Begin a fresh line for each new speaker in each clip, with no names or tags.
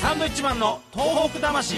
サンドイッチマンの東北魂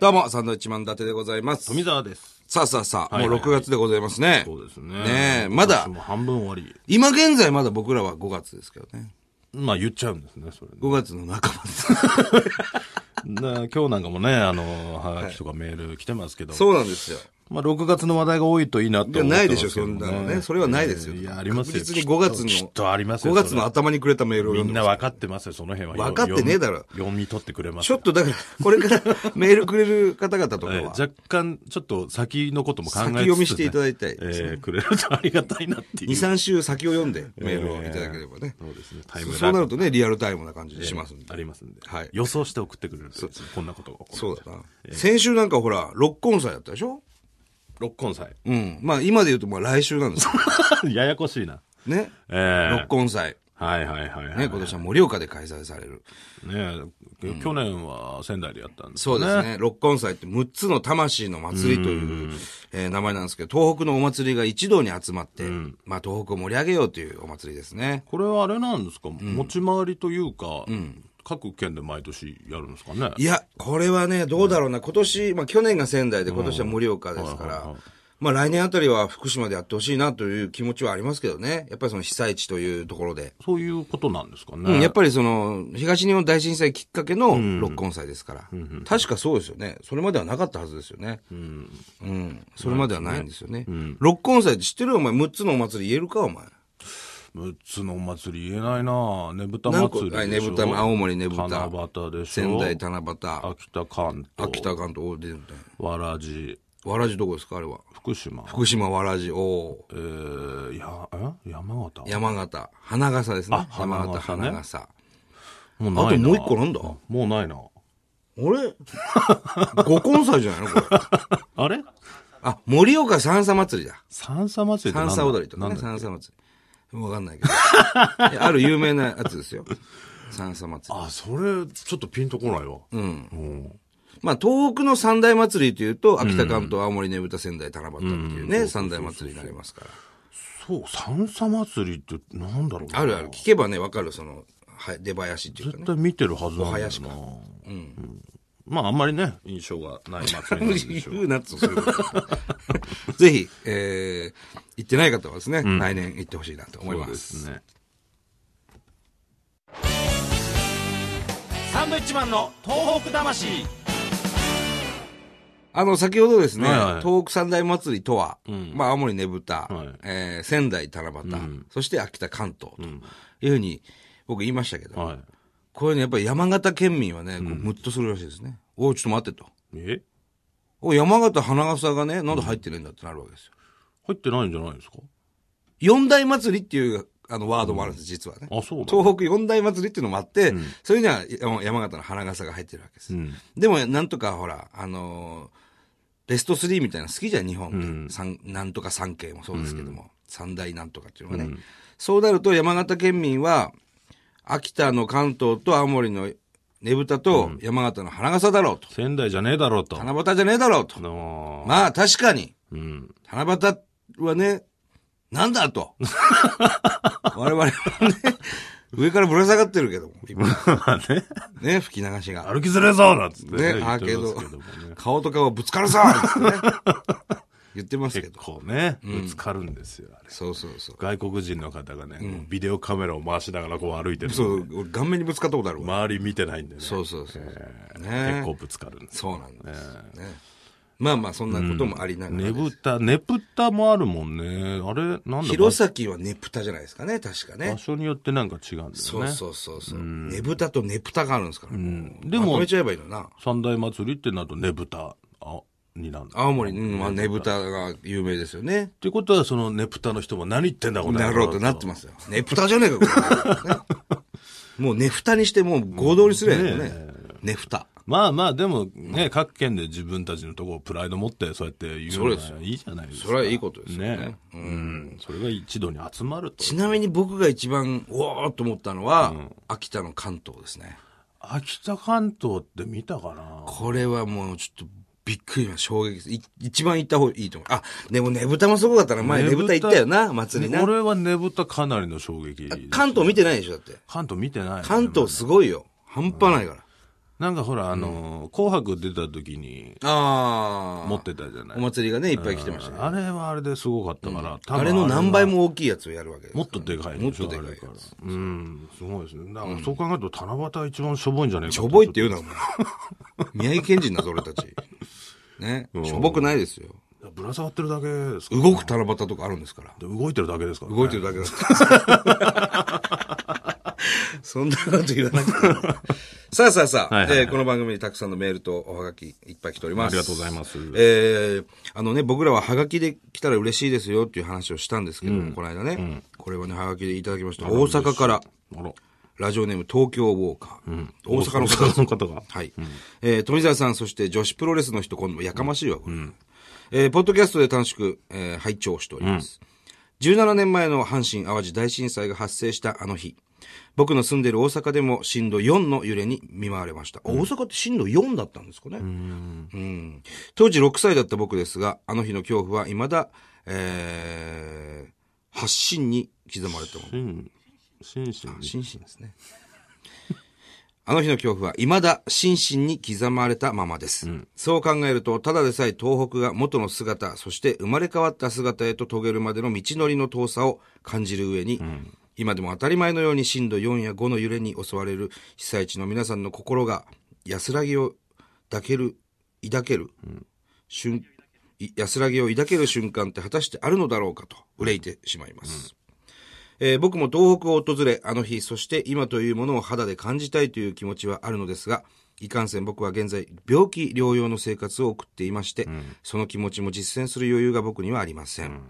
どうも、サンドイッチマン伊達でございます。
富澤です。
さあさあさあ、
はいはい
もう6月でございますね。
そうですね。
ねえまだ
私も半分終わり。
今現在まだ僕らは5月ですけどね。
まあ言っちゃうんですね、それね
5月の半ばです。
な今日なんかもね、あの、はがきとかメール来てますけど、
そうなんですよ。
まあ6月の話題が多いといいなと思って
いや
ます
な
け
い
ど、
でしょ、そんなのね。それはないですよ。
いや、ありますよ。
確実に5月の、
きっとありますよ。
5月の
そ
頭にくれたメールを
れ
読
み
ん
ん
で
な
ます
分かってますよ、その辺は。
分かってねえだろ
読み読み取ってくれます
ちょっとだから、こ れからメールくれる方々とか
えー
は、
若干、ちょっと先のことも考えつつ、
先読みしていただいたい
えーくれるとありがたいなっていう。
2、3週先を読んでメールをいただければね。
そうですね。タイムラグ
そうなるとね、リアルタイムな感じにしますんで。
ありますんで。
はい
予想して送ってくれるといいですねこんなことが起こる。
そうだな。先週なんかほら、六根祭だったでしょ
六根祭。
うん。まあ今で言うとまあ来週なんです よ。
ややこしいな。
ね。
ええ
六根祭。
はいはいはい、はい。
ね、今年は盛岡で開催される。
ねえ去年は仙台でやったんです
そうですね。六根祭って6つの魂の祭りという、えー名前なんですけど、東北のお祭りが一堂に集まって、まあ東北を盛り上げようというお祭りですね。
これはあれなんですか、持ち回りというか、各県で毎年やるんですかね。
いや、これはね、どうだろうな。今年、まあ去年が仙台で今年は盛岡ですか
うんはいはい
ら
はい、
まあ来年あたりは福島でやってほしいなという気持ちはありますけどね。やっぱりその被災地というところで。
そういうことなんですかね。
うん、やっぱりその、東日本大震災きっかけの六根祭ですから、確かそうですよね。それまではなかったはずですよね。うん。それまではないんですよね。六根祭って知ってるお前、6つのお祭り言えるかお前。
6つのお祭り言えないなねぶた
何
祭
個
りでしょ。
はいねぶた、青森ねぶた。
七夕でしょ。
仙台七夕。
秋田関東。
秋田関東、お出てるみたいな。
わらじ、
わらじどこですかあれは。
福島。
福島わらじ、おー
えー、や、え山形
山形、花笠ですね。
あ
山形、
花笠ね
花笠。
もうないな
あともう一個なんだ
もうないな。
あれ 五根祭じゃないのこれ。
あれ
あ、盛岡三叉祭りだ。
三叉祭りってなん
三
だ
叉踊りと
な
かね。
んだっ
三叉祭り。わかんないけ ど。いやある有名なやつですよ。三叉祭り。
あ、それ、ちょっとピンとこないわ。
うん。
うん。
まあ、東北の三大祭りというと、秋田関東、青森ねぶた、仙台、七夕っていうね、三大祭りになりますから。
そう、三叉祭りってなんだろうな
あるある。。聞けばね、わかる、その、はい、出囃子っていうか
絶
ね。
対見てるはずなんだよ
林か
な。うん。まあ、あんまりね、印象がない祭りなんでしょう。
言うなと、そういうこと。ぜひ、えー、行ってない方はですね、来年行ってほしいなと思い
そう
ま。
ですすね。
サンドイッチマンの東北魂
あの、先ほどですね、
はいはい
東北三大祭りとは、まあ、青森ねぶた、
はい
えー仙台七夕、そして秋田関東というふうに僕言いましたけど、
はい。
これね、やっぱり山形県民はね、こうムッとするらしいですね。おいちょっと待ってと。
え
おい山形花笠がね、なんで入ってないんだってなるわけですよ。
入ってないんじゃないですか
四大祭りっていう、あの、ワードもあるんです、実はね。
あ、そうだ。
東北四大祭りっていうのもあって、それには山山形の花笠が入ってるわけです。
うん。
でも、なんとかほら、あのーベスト3みたいなの好きじゃん、日本って。三なんとか三景もそうですけども、三大なんとかっていうのがね。そうなると、山形県民は、秋田の関東と青森のねぶたと山形の花笠だろうと。
仙台じゃねえだろうと。
七夕じゃねえだろうと
あ。のー
まあ、確かに、
うん。
七夕はね、なんだ と。我々はね、上からぶら下がってるけども、
まあね、
ね、吹き流しが。
歩きづれそうなんつってね。、
ね
言
ア
っ
ー
て
ケー
ます
ド
けどもね、
顔と顔ぶつかるさってね言ってますけ
結
ど。
構ね、ぶつかるんですよ、あれ。
そうそうそう。
外国人の方がね、こうビデオカメラを回しながらこう歩いてるんで
そう、俺顔面にぶつかったことあるわ。
周り見てないんでね。
そうそうそう。
結
ね
構ぶつかるんです。
そうなんですよね。まあまあ、そんなこともありながら
ね
ね。
ぶた、ねぶたもあるもんね。あれ、なんだ
弘前はねぷたじゃないですかね、確か
場
ね。
所によってなんか違うんだよね。
そうそうそうそう。ねぶたとねぷたがあるんですから。で
で
も
も
う、まとめちゃえばいいのにな。
三大祭りってなるとねぶたあになる。っ
青森、うん、まあ、ねぶたが有名ですよね。
てことは、そのねぶたの人も何言ってんだこの野
な
郎
ろうとなってますよ。ねぶたじゃねえか、これねもうねふたにして、もう合同にすればいいのね
ね。
ねふた。
まあまあ、でもね、各県で自分たちのとこをプライド持って、そうやって言うの
そう
がいいじゃないですか。
それはいいことですよね
うん。それが一度に集まると。
ちなみに僕が一番、おーっと思ったのは、秋田の関東ですね。
秋田関東って見たかな
これはもうちょっとびっくりな衝撃です。い一番行った方がいいと思う。あ、でもねぶたもすごかったな。前ねぶた行ったよな、祭りな。
俺はねぶたかなりの衝撃。
関東見てないでしょ、だって。
関東見てないね。
関東すごいよ。半端ないから。
なんかほら、あのー紅白出た時に
ああ。
持ってたじゃない。
お祭りがね、いっぱい来てましたね。
あれはあれですごかったから、多分
あれの何倍も大きいやつをやるわけです
もっとでかいで
もっ
しょ
とでか
あ
い
れ
や
から
つ。
うんすごいですねだからそう考えると七夕は一番しょぼいんじゃないか
しょぼいって
い
言うな、お前。宮城県人だぞ、俺たち。ね。しょぼくないですよ。
うぶら下がってるだけですから
動く七夕とかあるんですから。
で動いてるだけですから、ね、
動いてるだけだから。 そんなこと言わなくても。さあさあさあ、
はいはいはい
えーこの番組にたくさんのメールとおはがきいっぱい来ておりま
あり
す。
がとうございます
えーあのね、僕らははがきで来たら嬉しいですよっていう話をしたんですけども、この間ね、これはね、はがきでいただきました。大阪から、
あら
ラジオネーム東京ウォーカー。大阪の方
大阪の方が
はい。えー富澤さん、そして女子プロレスの人、今度やかましいわ、これ。えーポッドキャストで短縮、えー拝聴しております。17年前の阪神淡路大震災が発生したあの日、僕の住んでる大阪でも震度4の揺れに見舞われました。あ大阪って震度4だったんですかね。うん当時6歳だった僕ですが、あの日の恐怖は未だ、えー発信に刻まれたもの。
心心身に
心身ですね。あの日の恐怖は未だ心身に刻まれたままです。そう考えると、ただでさえ東北が元の姿、そして生まれ変わった姿へと遂げるまでの道のりの遠さを感じる上に、今でも当たり前のように震度4や5の揺れに襲われる被災地の皆さんの心が安らぎを抱ける、抱ける、瞬い安らぎを抱ける瞬間って果たしてあるのだろうかと憂いてしまいます。えー僕も東北を訪れ、あの日、そして今というものを肌で感じたいという気持ちはあるのですが、いかんせん僕は現在、病気療養の生活を送っていまして、その気持ちも実践する余裕が僕にはありません。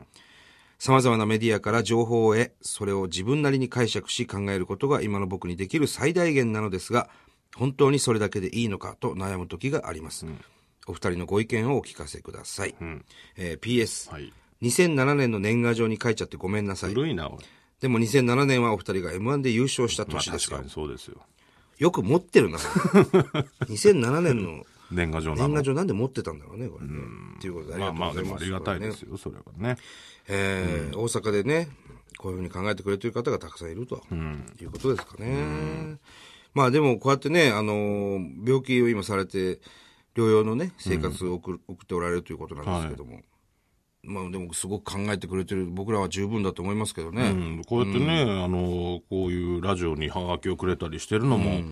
様々なメディアから情報を得、それを自分なりに解釈し考えることが今の僕にできる最大限なのですが、本当にそれだけでいいのかと悩む時があります。お二人のご意見をお聞かせください。えー PS、
はい
2007年の年賀状に書いちゃってごめんなさい。
古いな俺
でも2007年はお二人が M1 で優勝した
まあ
年です
確
よ。
かにそうですよ
よく持って るな、それ2007年の
年賀状なの
年賀状なんで持ってたんだろうね、これね。ということであり
ま
が
あ
とう
まあで
ございま
も
す。。
ありがたいですすよそれはね
えー大阪でね、こういうふうに考えてくれてる方がたくさんいると、いうことですかね。まあでもこうやってね、あのー病気を今されて、療養のね、生活を送る送っておられるということなんですけども。まあでもすごく考えてくれてる僕らは十分だと思いますけどね。
うん、こうやってね、あのこういうラジオにハガキをくれたりしてるのも、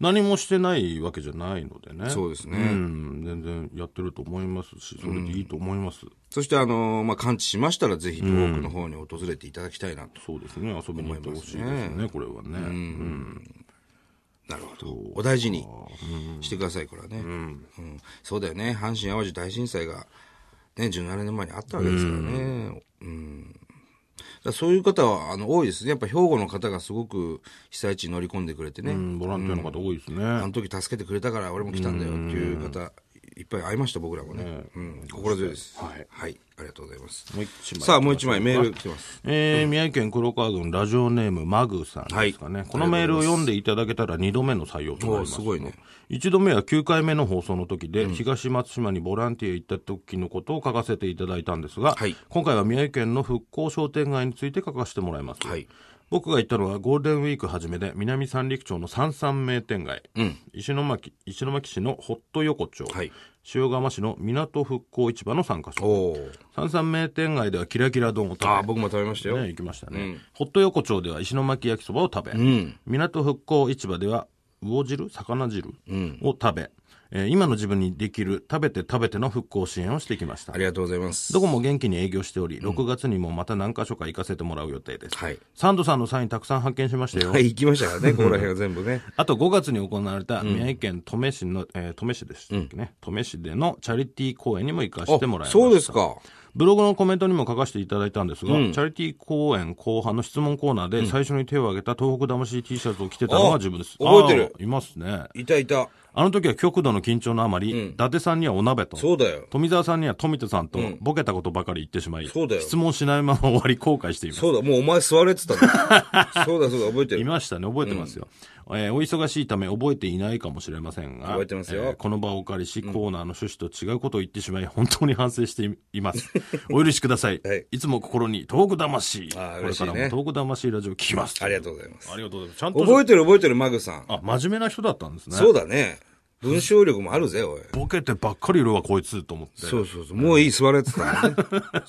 何もしてないわけじゃないのでね
そうですね
うん、全然やってると思いますしそれでいいと思います、
そして、あのまあ、完治しましたら、ぜひ、東北の方に訪れていただきたいなと。
そうですね遊びに行ってほしいです
思い
ね
ます
これはね、うん
なるほど。お大事にしてください、これはね。うん。そうだよね。阪神・淡路大震災が、ね、17年前にあったわけですからね。うん。だからそういう方は、あの、多いですね。やっぱ、兵庫の方がすごく被災地に乗り込んでくれてね。
うんボランティアの方多いですね、
あの時助けてくれたから俺も来たんだよっていう方、いっぱい会いました、僕らもね。うん。心強いです。はい。ありがとうございます。
もう一枚
さあ、もう一枚メール来てます。
えー宮城県黒川郡ラジオネームマグさんですかね、
はい
このメールを読んでいただけたら2度目の採用となります
おーすごいね
1度目は9回目の放送の時で、東松島にボランティア行った時のことを書かせていただいたんですが、
はい
今回は宮城県の復興商店街について書かせてもらいます、
はい
僕が行ったのはゴールデンウィーク初めで南三陸町の三三名店街、石巻石巻市のホット横丁、
はい
塩釜市の港復興市場の3カ所
おお。
三三名店街ではキラキラ丼を食べ
ああ、僕も食べましたよ。
ね、行きましたね、ホット横丁では石巻焼きそばを食べ、
ん
港復興市場では魚汁魚汁を食べ、えー今の自分にできる食べて食べての復興支援をしてきました
ありがとうございます。
どこも元気に営業しており、6月にもまた何箇所か行かせてもらう予定です、
はい
サンドさんのサインたくさん発見しましたよ、
はい、行きましたからね、ここら辺は全 部ね。
あと5月に行われた宮城県登米市の、えー登米市でしたっけね、登米市でのチャリティー公演にも行かせてもらいました
そうですか。
ブログのコメントにも書かせていただいたんですが、チャリティー公演後半の質問コーナーで最初に手を挙げた東北魂 T シャツを着てたのが自分です。
あ覚えてる
あーいますね。
いたいた。
あの時は極度の緊張のあまり、伊達さんにはお鍋と、
そうだよ。
富澤さんには富田さんと、ボケたことばかり言ってしまい、
そうだよ
質問しないまま終わり後悔しています。
そうだ、もうお前座れって言ったんだ。 そうだそうだ、覚えて
い
る。
ましたね、覚えてますよ、えーお忙しいため覚えていないかもしれませんが、
覚えてますよ
この場をお借りし、コーナーの趣旨と違うことを言ってしまい、本当に反省しています。お許しください。
はい
い、つも心に東北魂。こ
あー
れ
嬉しい
か
ね
らも東北魂ラジオ聞きます。
ありがとうございます。
ありがとうございます。ちゃんと、
覚えてる覚えてるマグさん。
あ、真面目な人だったんですね。
そうだね。文章力もあるぜ、おい。
ボケてばっかりいるわ、こいつ、と思って。
そうそうそう。もういい、座れって言ったのね。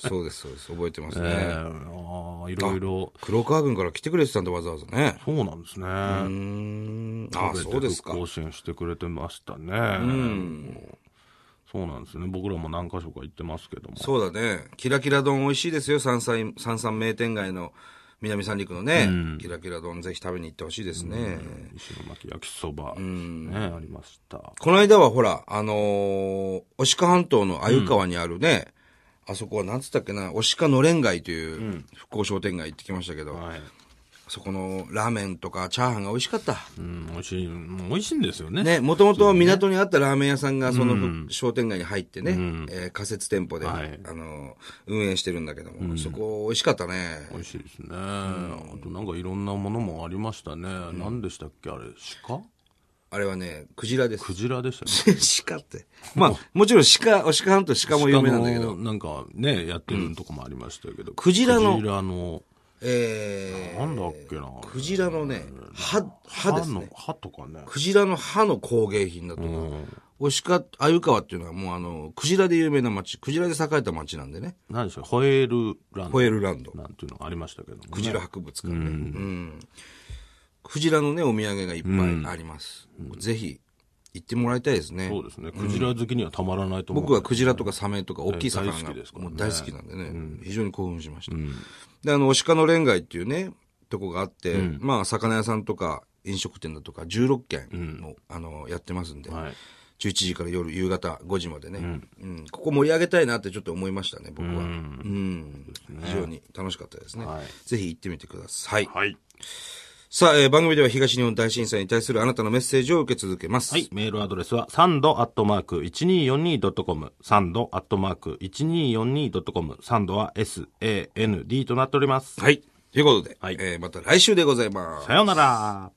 そうです、そうです。覚えてます
えー
ね。
あーいろいろ。
黒川軍から来てくれてたんだ、わざわざね。
そうなんですね。
うーん。あ、そうですか。
更新してくれてましたね。そうなんですね。僕らも何箇所か行ってますけども。
そうだね。キラキラ丼美味しいですよ、三三、三三名店街の南三陸のね。キラキラ丼ぜひ食べに行ってほしいですね。
石巻焼きそばですね、ありました。
この間はほら、あのー、押鹿半島の鮎川にあるね、あそこはなんつったっけな、押鹿のれん街という復興商店街行ってきましたけど、
はい。
そこのラーメンとかチャーハンが美味しかった。
うん、美味しい、うん美味しいんですよね。
ね、もともと港にあったラーメン屋さんがそのふ商店街に入ってね、えー仮設店舗で、
はい
あのー、運営してるんだけども、そこ美味しかったね。
美味しいですね。あとなんかいろんなものもありましたね。何でしたっけあれ、鹿
あれはね、クジラです。
クジラでしたね。
鹿って。まあ、もちろん鹿、お鹿半島鹿も有名なんだけ
鹿
ど
の、なんかね、やってるとこもありましたけど。
クジラの
クジラの、
えー、
なんだっけな。
クジラのね、歯、歯ですね
の。、歯とかね。
クジラの歯の工芸品だとか、おしか、鮎川っていうのはもうあの、クジラで有名な町、クジラで栄えた町なんでね、
何でしたホエールランド
ホエールランド、
なんていうのがありましたけどもね、
クジラ博物館ね。うん。クジラのね、お土産がいっぱいあります。ぜひ、行ってもらいたいですね。
そうですね。クジラ好きにはたまらないと思う。
僕はクジラとかサメとか大きい魚
大好
が
きですから
も
ね
う大好きなんでね、非常に興奮しました。で、あの、押鹿のレン街っていうね、とこがあって、まあ、魚屋さんとか飲食店だとか16軒も、あの、やってますんで、
はい。
11時から夜、夕方5時までね、うんここ盛り上げたいなってちょっと思いましたね、僕は。うん非常に楽しかったですね、
はい
ぜひ行ってみてください。
はい。
さあ、えー番組では東日本大震災に対するあなたのメッセージを受け続けます。
はい。メールアドレスは、サンドアットマーク 1242.com。サンドアットマーク 1242.com。サンドは SAND となっております。
はいということで、
はい
えーまた来週でございます
さ。ようなら。